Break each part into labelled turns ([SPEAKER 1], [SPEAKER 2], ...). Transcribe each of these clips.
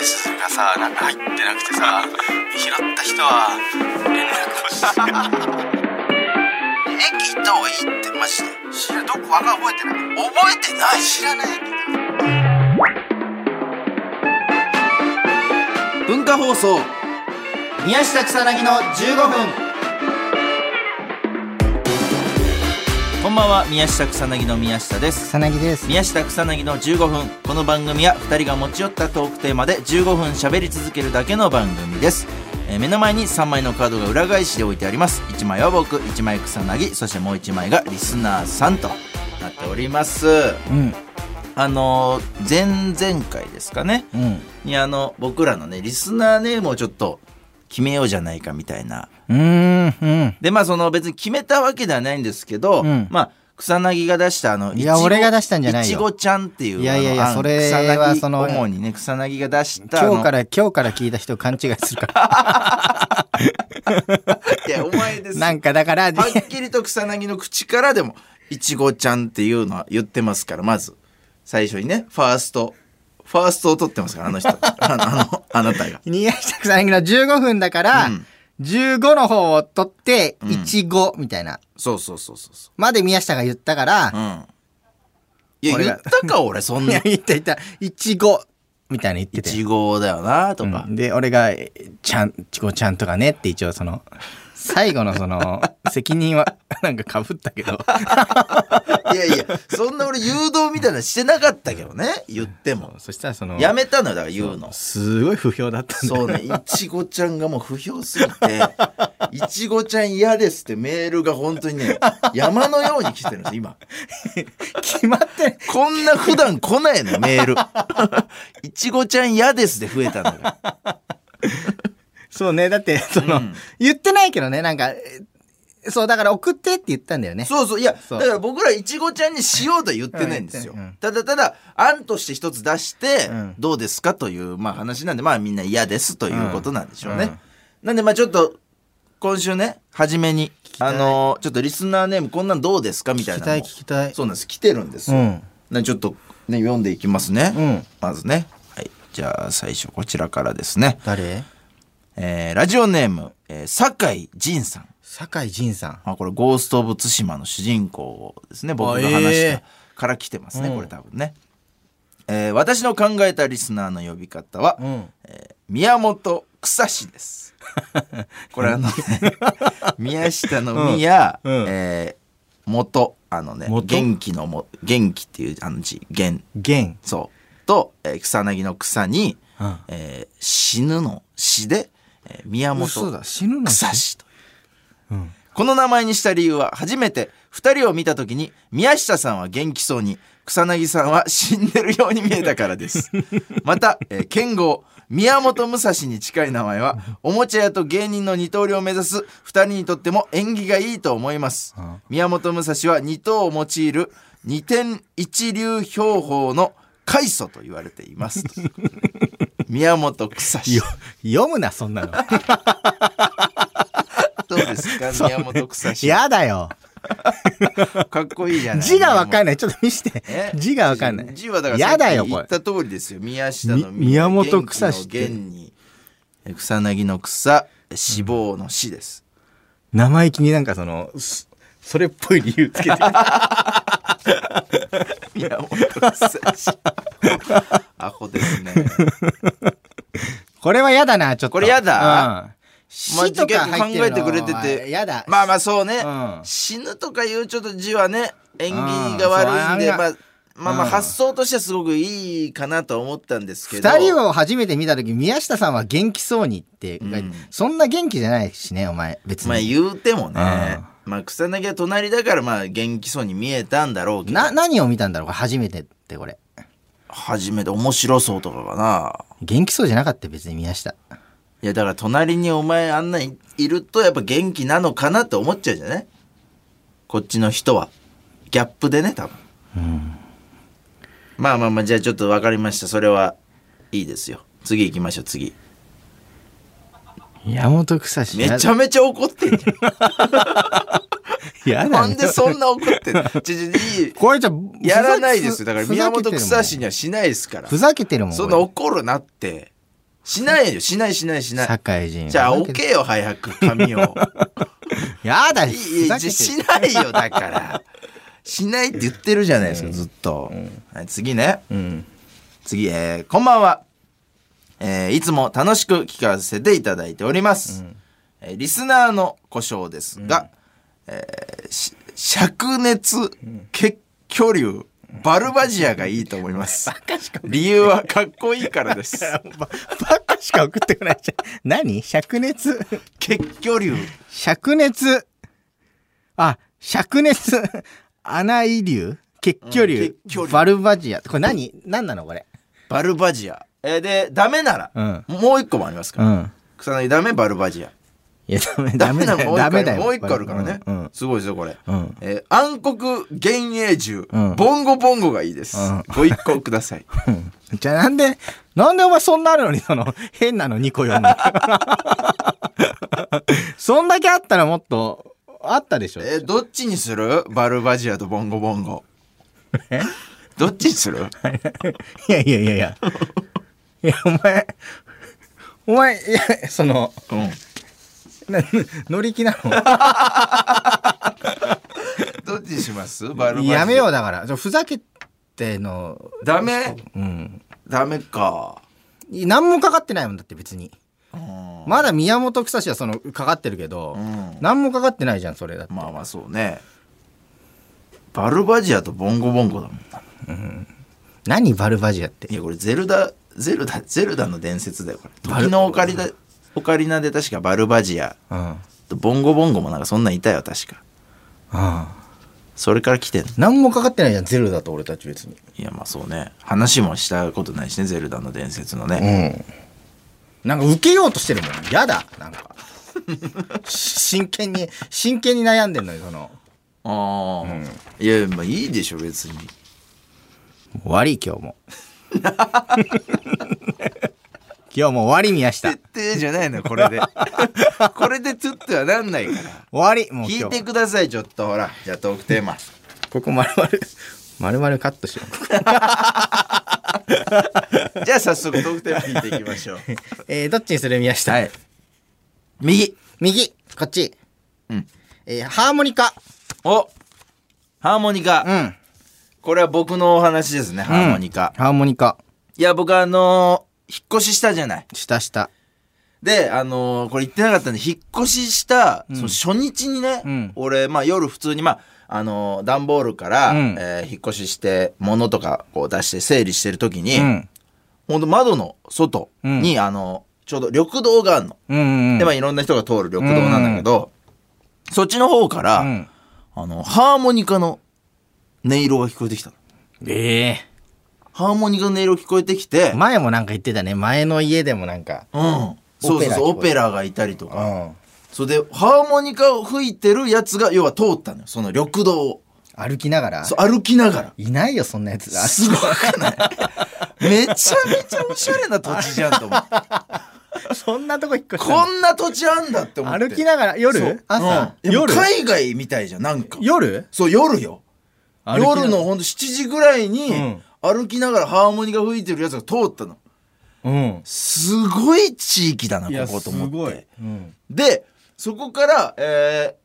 [SPEAKER 1] さなんか入ってなくてさ拾った人は連絡をしてね聞いた方がいいってマジで知らどこわか覚えてない覚えてない知らないけど
[SPEAKER 2] 文化放送宮下草薙の15分こんばんは宮下草薙の宮下です
[SPEAKER 3] 草薙です
[SPEAKER 2] 宮下草薙の15分この番組は2人が持ち寄ったトークテーマで15分喋り続けるだけの番組です、えー目の前に3枚のカードが裏返しで置いてあります1枚は僕1枚草薙そしてもう1枚がリスナーさんとなっております
[SPEAKER 3] うん
[SPEAKER 2] あのー前々回ですかね
[SPEAKER 3] うん
[SPEAKER 2] にあの僕らのねリスナーネームをちょっと決めようじゃないかみたいな
[SPEAKER 3] うーんうん
[SPEAKER 2] でまあその別に決めたわけではないんですけど、
[SPEAKER 3] うん
[SPEAKER 2] まあ草薙が出したあの
[SPEAKER 3] いや
[SPEAKER 2] ちご
[SPEAKER 3] 俺が出したんじゃないよ
[SPEAKER 2] いちごちゃんっていう
[SPEAKER 3] いやいやいや
[SPEAKER 2] あの
[SPEAKER 3] それは
[SPEAKER 2] 草薙
[SPEAKER 3] その
[SPEAKER 2] 主にね草薙が出したあの
[SPEAKER 3] 今日から今日から聞いた人勘違いするから
[SPEAKER 2] いやお前です
[SPEAKER 3] なんかだか
[SPEAKER 2] は
[SPEAKER 3] ら
[SPEAKER 2] っきりと草薙の口からでもいちごちゃんっていうのは言ってますからまず最初にねファーストファーストを取ってますからあの人 あのあのあなたが
[SPEAKER 3] 宮下草薙の15分だから、
[SPEAKER 2] うん
[SPEAKER 3] 15の方を取って
[SPEAKER 2] ん
[SPEAKER 3] いちごみたいな、
[SPEAKER 2] そうそうそうそうそう
[SPEAKER 3] まで宮下が言ったから、
[SPEAKER 2] うん。いや、
[SPEAKER 3] 俺
[SPEAKER 2] 言っ
[SPEAKER 3] が
[SPEAKER 2] たか、俺、そん
[SPEAKER 3] いや
[SPEAKER 2] な。
[SPEAKER 3] 言った言ったいちごみたいな言って
[SPEAKER 2] い
[SPEAKER 3] て
[SPEAKER 2] ちごだよな、とか
[SPEAKER 3] う。んで俺がえ「ちゃんいちごちゃんとかね」って一応その最後の その責任はなんかかぶったけど
[SPEAKER 2] いやいや、そんな俺、誘導みたいなのしてなかったけどね、言っても。
[SPEAKER 3] そしたらその
[SPEAKER 2] やめたのよだから、言うの。
[SPEAKER 3] すごい不評だったんだ
[SPEAKER 2] そうね、いちごちゃんがもう不評すぎて、いちごちゃん嫌ですってメールが本当にね、山のように来てるんです、今。
[SPEAKER 3] 決まってない
[SPEAKER 2] こんな普段来ないの、メール。いちごちゃん嫌ですで増えたのが。
[SPEAKER 3] そうねだってその、
[SPEAKER 2] うん
[SPEAKER 3] 言ってないけどねなんかえそうだから送ってって言ったんだよね
[SPEAKER 2] そうそういや
[SPEAKER 3] そう
[SPEAKER 2] だから僕らいちごちゃんにしようとは言ってないんですよ、
[SPEAKER 3] うん言って
[SPEAKER 2] ただただ案として一つ出して
[SPEAKER 3] うん
[SPEAKER 2] どうですかという、まあ、話なんでまあみんな嫌ですということなんでしょうね、
[SPEAKER 3] うんうん
[SPEAKER 2] なんでまあちょっと今週ね初めに
[SPEAKER 3] たい
[SPEAKER 2] あのちょっとリスナーネームこんなんどうですかみたいなのも
[SPEAKER 3] きたい
[SPEAKER 2] そうなんです来てるんですよ、
[SPEAKER 3] うん
[SPEAKER 2] なんでちょっと、ね、読んでいきますね、
[SPEAKER 3] うん
[SPEAKER 2] まずね、はい、じゃあ最初こちらからですね、
[SPEAKER 3] 誰
[SPEAKER 2] えーラジオネーム、えー、酒井仁さん
[SPEAKER 3] 酒井仁さん
[SPEAKER 2] まあ、これ「ゴースト・オブ・ツシマ」の主人公をですね僕が
[SPEAKER 3] あ
[SPEAKER 2] 話
[SPEAKER 3] え
[SPEAKER 2] し
[SPEAKER 3] え
[SPEAKER 2] たから来てますね、
[SPEAKER 3] うん
[SPEAKER 2] これ多分ね、えー私の考えたリスナーの呼び方は、
[SPEAKER 3] ん
[SPEAKER 2] えー宮本草氏です これあのね宮下の宮、
[SPEAKER 3] うんうん
[SPEAKER 2] えー元あのね
[SPEAKER 3] 元
[SPEAKER 2] 元気のも元気っていうあの字元
[SPEAKER 3] 元
[SPEAKER 2] そうと、えー草薙の草に、
[SPEAKER 3] うん
[SPEAKER 2] えー死ぬの死で、えー宮本
[SPEAKER 3] 嘘だ死ぬの
[SPEAKER 2] 草氏と
[SPEAKER 3] うん
[SPEAKER 2] この名前にした理由は初めて2人を見た時に宮下さんは元気そうに草薙さんは死んでるように見えたからです また、えー剣豪宮本武蔵に近い名前はおもちゃ屋と芸人の二刀流を目指す2人にとっても縁起がいいと思います
[SPEAKER 3] うん
[SPEAKER 2] 宮本武蔵は二刀を用いる二点一流標法の開祖と言われています 宮本草
[SPEAKER 3] よ
[SPEAKER 2] 氏
[SPEAKER 3] 読むなそんな の
[SPEAKER 2] どうですか宮本草氏
[SPEAKER 3] やだよ
[SPEAKER 2] かっこいいじゃない
[SPEAKER 3] 字がわかんないちょっと見して
[SPEAKER 2] え
[SPEAKER 3] 字がわかんない
[SPEAKER 2] 字字はだから
[SPEAKER 3] やだよ
[SPEAKER 2] さっき
[SPEAKER 3] こ
[SPEAKER 2] 言っ
[SPEAKER 3] れ
[SPEAKER 2] た通りですよ宮下の
[SPEAKER 3] み宮本草
[SPEAKER 2] 氏
[SPEAKER 3] 氏
[SPEAKER 2] っ
[SPEAKER 3] ってて
[SPEAKER 2] にえ草薙の草死亡の死です、
[SPEAKER 3] 生意気になんかそのすそれっぽい理由つけて
[SPEAKER 2] 宮本草氏アホです ね
[SPEAKER 3] これはやだなちょっと
[SPEAKER 2] これやだ
[SPEAKER 3] うん死とか入って
[SPEAKER 2] 考
[SPEAKER 3] るの
[SPEAKER 2] えてくれてて
[SPEAKER 3] やだ
[SPEAKER 2] まあまあそうね、
[SPEAKER 3] うん
[SPEAKER 2] 死ぬとかいうちょっと字はね縁起が悪いんで
[SPEAKER 3] うん
[SPEAKER 2] まあ
[SPEAKER 3] そ
[SPEAKER 2] まあまあ
[SPEAKER 3] うん
[SPEAKER 2] 発想としてはすごくいいかなとは思ったんですけど
[SPEAKER 3] 二人を初めて見た時宮下さんは元気そうにって、
[SPEAKER 2] ん
[SPEAKER 3] そんな元気じゃないしねお前別
[SPEAKER 2] まあ
[SPEAKER 3] に、
[SPEAKER 2] 言うてもね、まあ草薙は隣だからまあ元気そうに見えたんだろうけど
[SPEAKER 3] な何を見たんだろうこれ初めてってこれ
[SPEAKER 2] 初めて面白そうとかかな
[SPEAKER 3] 元気そうじゃなかった別に宮下
[SPEAKER 2] いやだから隣にお前あんないいるとやっぱ元気なのかなって思っちゃうじゃないこっちの人はギャップでね多分まあまあまあじゃあちょっと分かりましたそれはいいですよ次行きましょう次
[SPEAKER 3] 山本草氏
[SPEAKER 2] めち
[SPEAKER 3] ゃ
[SPEAKER 2] ゃめちゃ怒ってんじゃ
[SPEAKER 3] やだ
[SPEAKER 2] んなんでそんな怒ってん のちょちょいい
[SPEAKER 3] これじゃ
[SPEAKER 2] やらないですよだから宮本草氏
[SPEAKER 3] 氏
[SPEAKER 2] にはしないですから
[SPEAKER 3] ふざけてるもん
[SPEAKER 2] そんな
[SPEAKER 3] 俺
[SPEAKER 2] 怒るなってしないよしないしないしない
[SPEAKER 3] 堺人
[SPEAKER 2] じゃあ置けよ早く髪を
[SPEAKER 3] やだ
[SPEAKER 2] いいいや
[SPEAKER 3] ふざけ
[SPEAKER 2] じ
[SPEAKER 3] て
[SPEAKER 2] ゃしないよだからしないって言ってるじゃないですか、ずっと、はい、次ね
[SPEAKER 3] うん
[SPEAKER 2] 次、えーこんばんは、えーいつも楽しく聞かせていただいております、えーリスナーの故障ですが、えーし灼熱血巨流バルバジアがいいと思い ます理由はかっこいいからです
[SPEAKER 3] ババカしか送ってこないじゃん何灼熱
[SPEAKER 2] 血巨流
[SPEAKER 3] 灼熱あ灼熱 穴井流血巨流,、
[SPEAKER 2] うん血巨流
[SPEAKER 3] バルバジアこれ何何なのこれ
[SPEAKER 2] バルバジア、えーでダメなら、
[SPEAKER 3] うん
[SPEAKER 2] もう一個もありますか
[SPEAKER 3] う
[SPEAKER 2] ら、
[SPEAKER 3] ん
[SPEAKER 2] 草薙ダメバルバジア
[SPEAKER 3] いやダメ
[SPEAKER 2] ダ
[SPEAKER 3] ダ
[SPEAKER 2] メ
[SPEAKER 3] メ
[SPEAKER 2] なの
[SPEAKER 3] だよ
[SPEAKER 2] もう一個
[SPEAKER 3] ダ
[SPEAKER 2] あ
[SPEAKER 3] メ
[SPEAKER 2] る
[SPEAKER 3] だよ
[SPEAKER 2] もう一個あるからね、
[SPEAKER 3] うんうん
[SPEAKER 2] すごいですよこれ、
[SPEAKER 3] うん
[SPEAKER 2] えー暗黒幻影獣、
[SPEAKER 3] うん
[SPEAKER 2] ボンゴボンゴがいいです、
[SPEAKER 3] うん
[SPEAKER 2] ご一行ください
[SPEAKER 3] うんじゃあなんでなんでお前そんなあるのにその変なの2個読むの そんだけあったらもっとあったでしょ
[SPEAKER 2] えーどっちにするバルバジアとボンゴボンゴどっちにする
[SPEAKER 3] いやいやいやいや。いや、お前、お前、いや、その、
[SPEAKER 2] うん
[SPEAKER 3] な乗り気な
[SPEAKER 2] どっちにしますバルバ
[SPEAKER 3] の
[SPEAKER 2] ジア
[SPEAKER 3] やめようだから。ちょふざけての、
[SPEAKER 2] ダメ
[SPEAKER 3] うん。
[SPEAKER 2] ダメか、
[SPEAKER 3] 何もかかってないもんだって別に。
[SPEAKER 2] うん
[SPEAKER 3] まだ宮本草志はその、かかってるけど、
[SPEAKER 2] うん
[SPEAKER 3] 何もかかってないじゃん、それだって。
[SPEAKER 2] まあまあそうねバルバジアとボンゴボンゴだもんな
[SPEAKER 3] 何バルバジアって
[SPEAKER 2] い。やこれゼルダゼルダゼルダの伝説だよこれ時のオカリナオカリナで確かバルバジア
[SPEAKER 3] うん。あ
[SPEAKER 2] とボンゴボンゴもなんかそんなんいたよ確か
[SPEAKER 3] あ。
[SPEAKER 2] それから来てんの
[SPEAKER 3] 何もかかってないじゃん、ゼロだと俺たち別に。
[SPEAKER 2] いやまあそうね話もしたことないしねゼルダの伝説のね、
[SPEAKER 3] うん。なんか受けようとしてるもん。やだ。なんか。 真剣に、真剣に悩んでんのよ、その。
[SPEAKER 2] ああ、いやまあいいでしょ別に
[SPEAKER 3] 終わり今 日も今日もう終わり宮下
[SPEAKER 2] 徹
[SPEAKER 3] 終
[SPEAKER 2] 底じゃないのよこれで これでトゥッてはなんないから
[SPEAKER 3] わりもう
[SPEAKER 2] 聞
[SPEAKER 3] 今
[SPEAKER 2] いて
[SPEAKER 3] 日
[SPEAKER 2] くださいちょっとほらじゃあトークテーマ
[SPEAKER 3] ここ丸々丸々カットしよう
[SPEAKER 2] じゃあ早速トークテーマ聞いていきましょう
[SPEAKER 3] えー、どっちにする宮下、
[SPEAKER 2] はい右
[SPEAKER 3] 右こっち
[SPEAKER 2] うん
[SPEAKER 3] えー、ハーモニカ
[SPEAKER 2] おハーモニカ、
[SPEAKER 3] ん
[SPEAKER 2] これは僕のお話ですね、ハーモニカ。
[SPEAKER 3] ハーモニカ
[SPEAKER 2] いや、僕あのー引っ越ししたじゃない。
[SPEAKER 3] 下下
[SPEAKER 2] で、あのーこれ言ってなかったんで、引っ越しした、
[SPEAKER 3] うん
[SPEAKER 2] その初日にね、
[SPEAKER 3] うん
[SPEAKER 2] 俺、まあ夜普通に、まあ、あのー段ボールから、
[SPEAKER 3] うん
[SPEAKER 2] えー引っ越しして、物とかこう出して整理してる時に、
[SPEAKER 3] うん
[SPEAKER 2] ほんと窓の外に、あのーちょうど緑道があるの。
[SPEAKER 3] うんうん
[SPEAKER 2] で、まあいろんな人が通る緑道なんだけど、そっちの方から、
[SPEAKER 3] うん
[SPEAKER 2] あの、ハーモニカの音色が聞こえてきたの。
[SPEAKER 3] え
[SPEAKER 2] ハーモニカの音色聞こえてきて、
[SPEAKER 3] ー、前もなんか言ってたね前の家でもなんか
[SPEAKER 2] うん。そうそうそう、オ
[SPEAKER 3] オ
[SPEAKER 2] ペ
[SPEAKER 3] ペ
[SPEAKER 2] ラがいたりと
[SPEAKER 3] う
[SPEAKER 2] か。
[SPEAKER 3] ん
[SPEAKER 2] それで、ハーモニカを吹いてるやつが、要は通ったのよ。その緑道を。
[SPEAKER 3] 歩きながら
[SPEAKER 2] そう、歩きなが
[SPEAKER 3] いないよそんなやつ
[SPEAKER 2] ら。すごくないめちゃめちゃおしゃれな土地じゃんと 思って。
[SPEAKER 3] そんなとこ引っ越したんだ
[SPEAKER 2] こんな土地あんだって思って。
[SPEAKER 3] 歩きながら
[SPEAKER 2] そう
[SPEAKER 3] 夜朝、
[SPEAKER 2] うんいや
[SPEAKER 3] 夜
[SPEAKER 2] 海外みたいじゃん、なんか。
[SPEAKER 3] 夜
[SPEAKER 2] そう、夜よ。
[SPEAKER 3] 歩きな
[SPEAKER 2] 夜のほんと7時ぐらいに、
[SPEAKER 3] ん
[SPEAKER 2] 歩きながらハーモニカ吹いてるやつが通ったの。
[SPEAKER 3] うん
[SPEAKER 2] すごい地域だな、ここと思って。
[SPEAKER 3] うん
[SPEAKER 2] でそこから、えー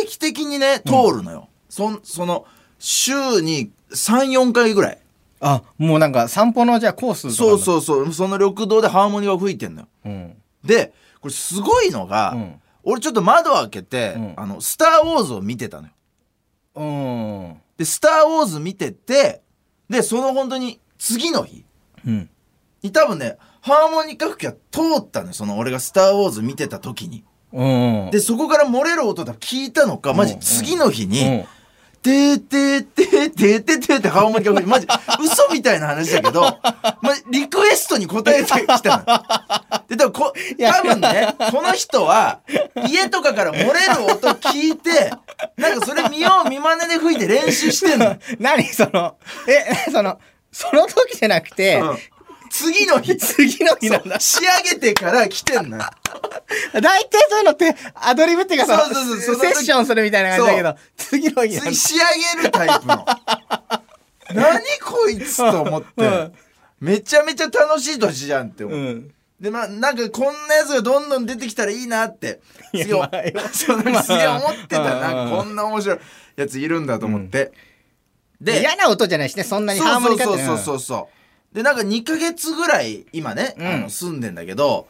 [SPEAKER 2] 定期的にね通るのよ、そんその週に34回ぐらい
[SPEAKER 3] あもうなんか散歩のじゃあコース
[SPEAKER 2] そう
[SPEAKER 3] う
[SPEAKER 2] そうそうその緑道でハーモニカ吹いてんのよ
[SPEAKER 3] うん
[SPEAKER 2] でこれすごいのが、
[SPEAKER 3] うん
[SPEAKER 2] 俺ちょっと窓開けて、
[SPEAKER 3] うん
[SPEAKER 2] あの「スター・ウォーズ」を見てたのよ
[SPEAKER 3] うん
[SPEAKER 2] で「スター・ウォーズ」見ててでその本当に次の日
[SPEAKER 3] うん
[SPEAKER 2] に多分ねハーモニカ吹きが通ったのよその俺が「スター・ウォーズ」見てた時に
[SPEAKER 3] うん
[SPEAKER 2] でそこから漏れる音だ聞いたのかマジ次の日に、
[SPEAKER 3] うん
[SPEAKER 2] てーてーてーてーてーてーってハーモニカ吹いて、マジ、嘘みたいな話だけど、まリクエストに応えてきたの。で、多分こ、多分ね、この人は、家とかから漏れる音聞いて、なんかそれ見よう見まねで吹いて練習してんの。
[SPEAKER 3] 何そのえそのその時じゃなくて
[SPEAKER 2] うん次の日、
[SPEAKER 3] 次の日なんだ
[SPEAKER 2] 仕上げてから来てんのよ。
[SPEAKER 3] 大体そういうのってアドリブっていうか
[SPEAKER 2] そう
[SPEAKER 3] さ
[SPEAKER 2] そうそうその
[SPEAKER 3] セッ
[SPEAKER 2] 時
[SPEAKER 3] ションするみたいな感じだけど次の日なんだ
[SPEAKER 2] 次仕上げるタイプの。何こいつと思って
[SPEAKER 3] うん、
[SPEAKER 2] めちゃめちゃ楽しい年じゃんって思って
[SPEAKER 3] うん
[SPEAKER 2] でまあなんかこんなやつがどんどん出てきたらいいなって
[SPEAKER 3] いや
[SPEAKER 2] すげえ
[SPEAKER 3] まあよ
[SPEAKER 2] そうなんかすげえ思ってた
[SPEAKER 3] まあ
[SPEAKER 2] なんかこんな面白いやついるんだと思って、で
[SPEAKER 3] 嫌な音じゃないしね、そんなにハーモニカ
[SPEAKER 2] そ
[SPEAKER 3] っ
[SPEAKER 2] う
[SPEAKER 3] て
[SPEAKER 2] そうそうそううそうでなんか2ヶ月ぐらい今ね、
[SPEAKER 3] うん
[SPEAKER 2] あの住んでんだけど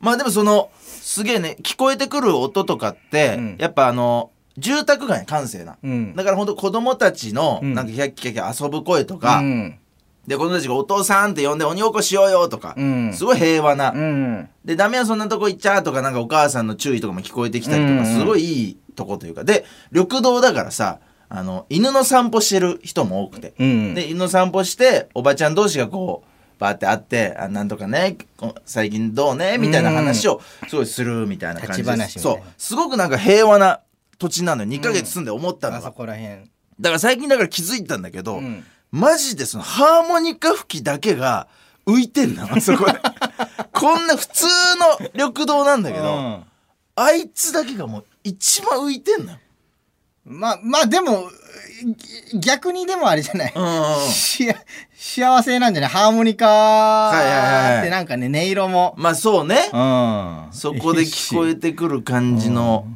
[SPEAKER 2] まあでもそのすげえね聞こえてくる音とかって、
[SPEAKER 3] うん
[SPEAKER 2] やっぱあの住宅街閑静な、
[SPEAKER 3] ん。
[SPEAKER 2] だからほんと子供たちの
[SPEAKER 3] うん
[SPEAKER 2] なんかキャッキャッキャッ遊ぶ声とか、
[SPEAKER 3] うん。
[SPEAKER 2] で子供たちが「お父さん」って呼んで「鬼起こしようよ」とか、
[SPEAKER 3] うん。
[SPEAKER 2] すごい平和な、
[SPEAKER 3] うん。
[SPEAKER 2] で「ダメよそんなとこ行っちゃ」とかなんかお母さんの注意とかも聞こえてきたりとか、
[SPEAKER 3] うん
[SPEAKER 2] すごいいいとこというかで緑道だからさあの犬の散歩してる人も多くて、
[SPEAKER 3] うん。
[SPEAKER 2] で犬の散歩しておばちゃん同士がこうバーって会って「あなんとかねこ最近どうね」みたいな話をすごいするみたいな感じで
[SPEAKER 3] 立ち話みたい
[SPEAKER 2] そ
[SPEAKER 3] な
[SPEAKER 2] うすごくなんか平和な土地なのよ2ヶ月住んで思ったの
[SPEAKER 3] あ
[SPEAKER 2] が、
[SPEAKER 3] そこらへん。
[SPEAKER 2] だから最近だから気づいたんだけど、
[SPEAKER 3] うん
[SPEAKER 2] マジでそのハーモニカ吹きだけが浮いてん のあそこでこんな普通の緑道なんだけど、
[SPEAKER 3] うん
[SPEAKER 2] あいつだけがもう一番浮いてんのよ
[SPEAKER 3] まあ、まあでも、ぎ逆にでもあれじゃない。し幸せなんじゃないハーモニ
[SPEAKER 2] いはいはい
[SPEAKER 3] カってなんかね、音色も。
[SPEAKER 2] まあそうね、
[SPEAKER 3] うん。
[SPEAKER 2] そこで聞こ
[SPEAKER 3] え
[SPEAKER 2] えてくる感じの。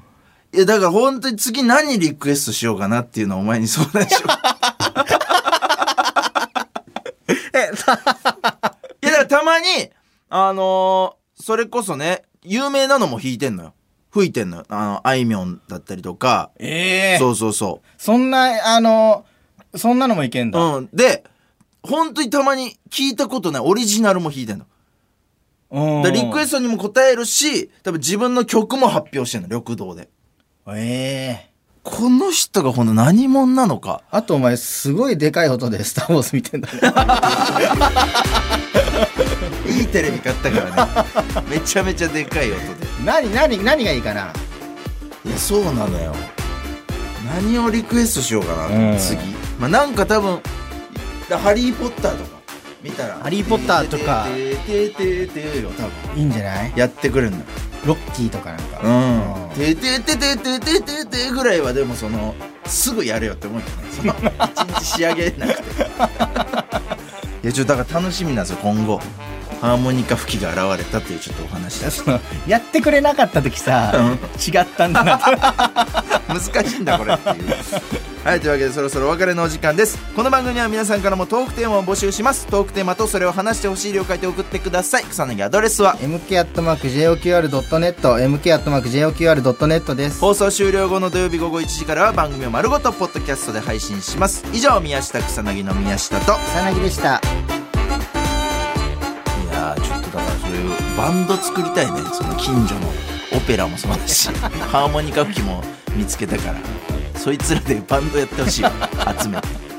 [SPEAKER 2] いや、だから本当に次何リクエストしようかなっていうのをお前に相談しよう。い や、だからたまに、あのーそれこそね、有名なのも弾いてんのよ。吹いてんのよ。あの、あいみょんだったりとか。
[SPEAKER 3] ええ
[SPEAKER 2] そうそうそ
[SPEAKER 3] そんな、あの、そんなのもいけん
[SPEAKER 2] う。
[SPEAKER 3] だ。
[SPEAKER 2] うん。で、本当にたまに聞いたことないオリジナルも弾いてんの。
[SPEAKER 3] うん
[SPEAKER 2] だからリクエストにも応えるし、多分自分の曲も発表してんの、緑道で。
[SPEAKER 3] ええ
[SPEAKER 2] この人がほんと何者なのか。
[SPEAKER 3] あとお前、すごいでかい音でスターウォーズ見てんだ ね。
[SPEAKER 2] いいテレビ買ったからね。めちゃめちゃでかい音で。
[SPEAKER 3] 何、何、何がいいかな。
[SPEAKER 2] いや、そうなのよ。何をリクエストしようかな、
[SPEAKER 3] うん
[SPEAKER 2] 次。まあ、なんか多分、だハリー・ポッターとか見たら。
[SPEAKER 3] ハリーポッターとか
[SPEAKER 2] ててててててよ、多分。
[SPEAKER 3] いいんじゃない
[SPEAKER 2] やってくれるの。
[SPEAKER 3] ロッキーとかなんか。
[SPEAKER 2] うん。
[SPEAKER 3] うん
[SPEAKER 2] ててててててててぐらいはでもその、すぐやれよって思うよね。その、一日仕上げなくて。いや、ちょっとだから楽しみなんですよ、今後。ハーモニカ吹きが現れたっていうちょっとお話です。
[SPEAKER 3] その やってくれなかった時さ、違ったんだなって。
[SPEAKER 2] 難しいんだこれっていうはいというわけでそろそろお別れのお時間ですこの番組は皆さんからもトークテーマを募集しますトークテーマとそれを話してほしい了解で送ってください草薙アドレスは
[SPEAKER 3] mk.joqr.net、mk.joqr.net です。
[SPEAKER 2] 放送終了後の土曜日午後1時からは番組を丸ごとポッドキャストで配信します以上宮下草薙の宮下と
[SPEAKER 3] さなぎでした。
[SPEAKER 2] いやーちょっとだからそういうバンド作りたいねその近所のオペラもそうだしハーモニカ吹きも見つけたからそいつらでバンドやってほしいわ集めて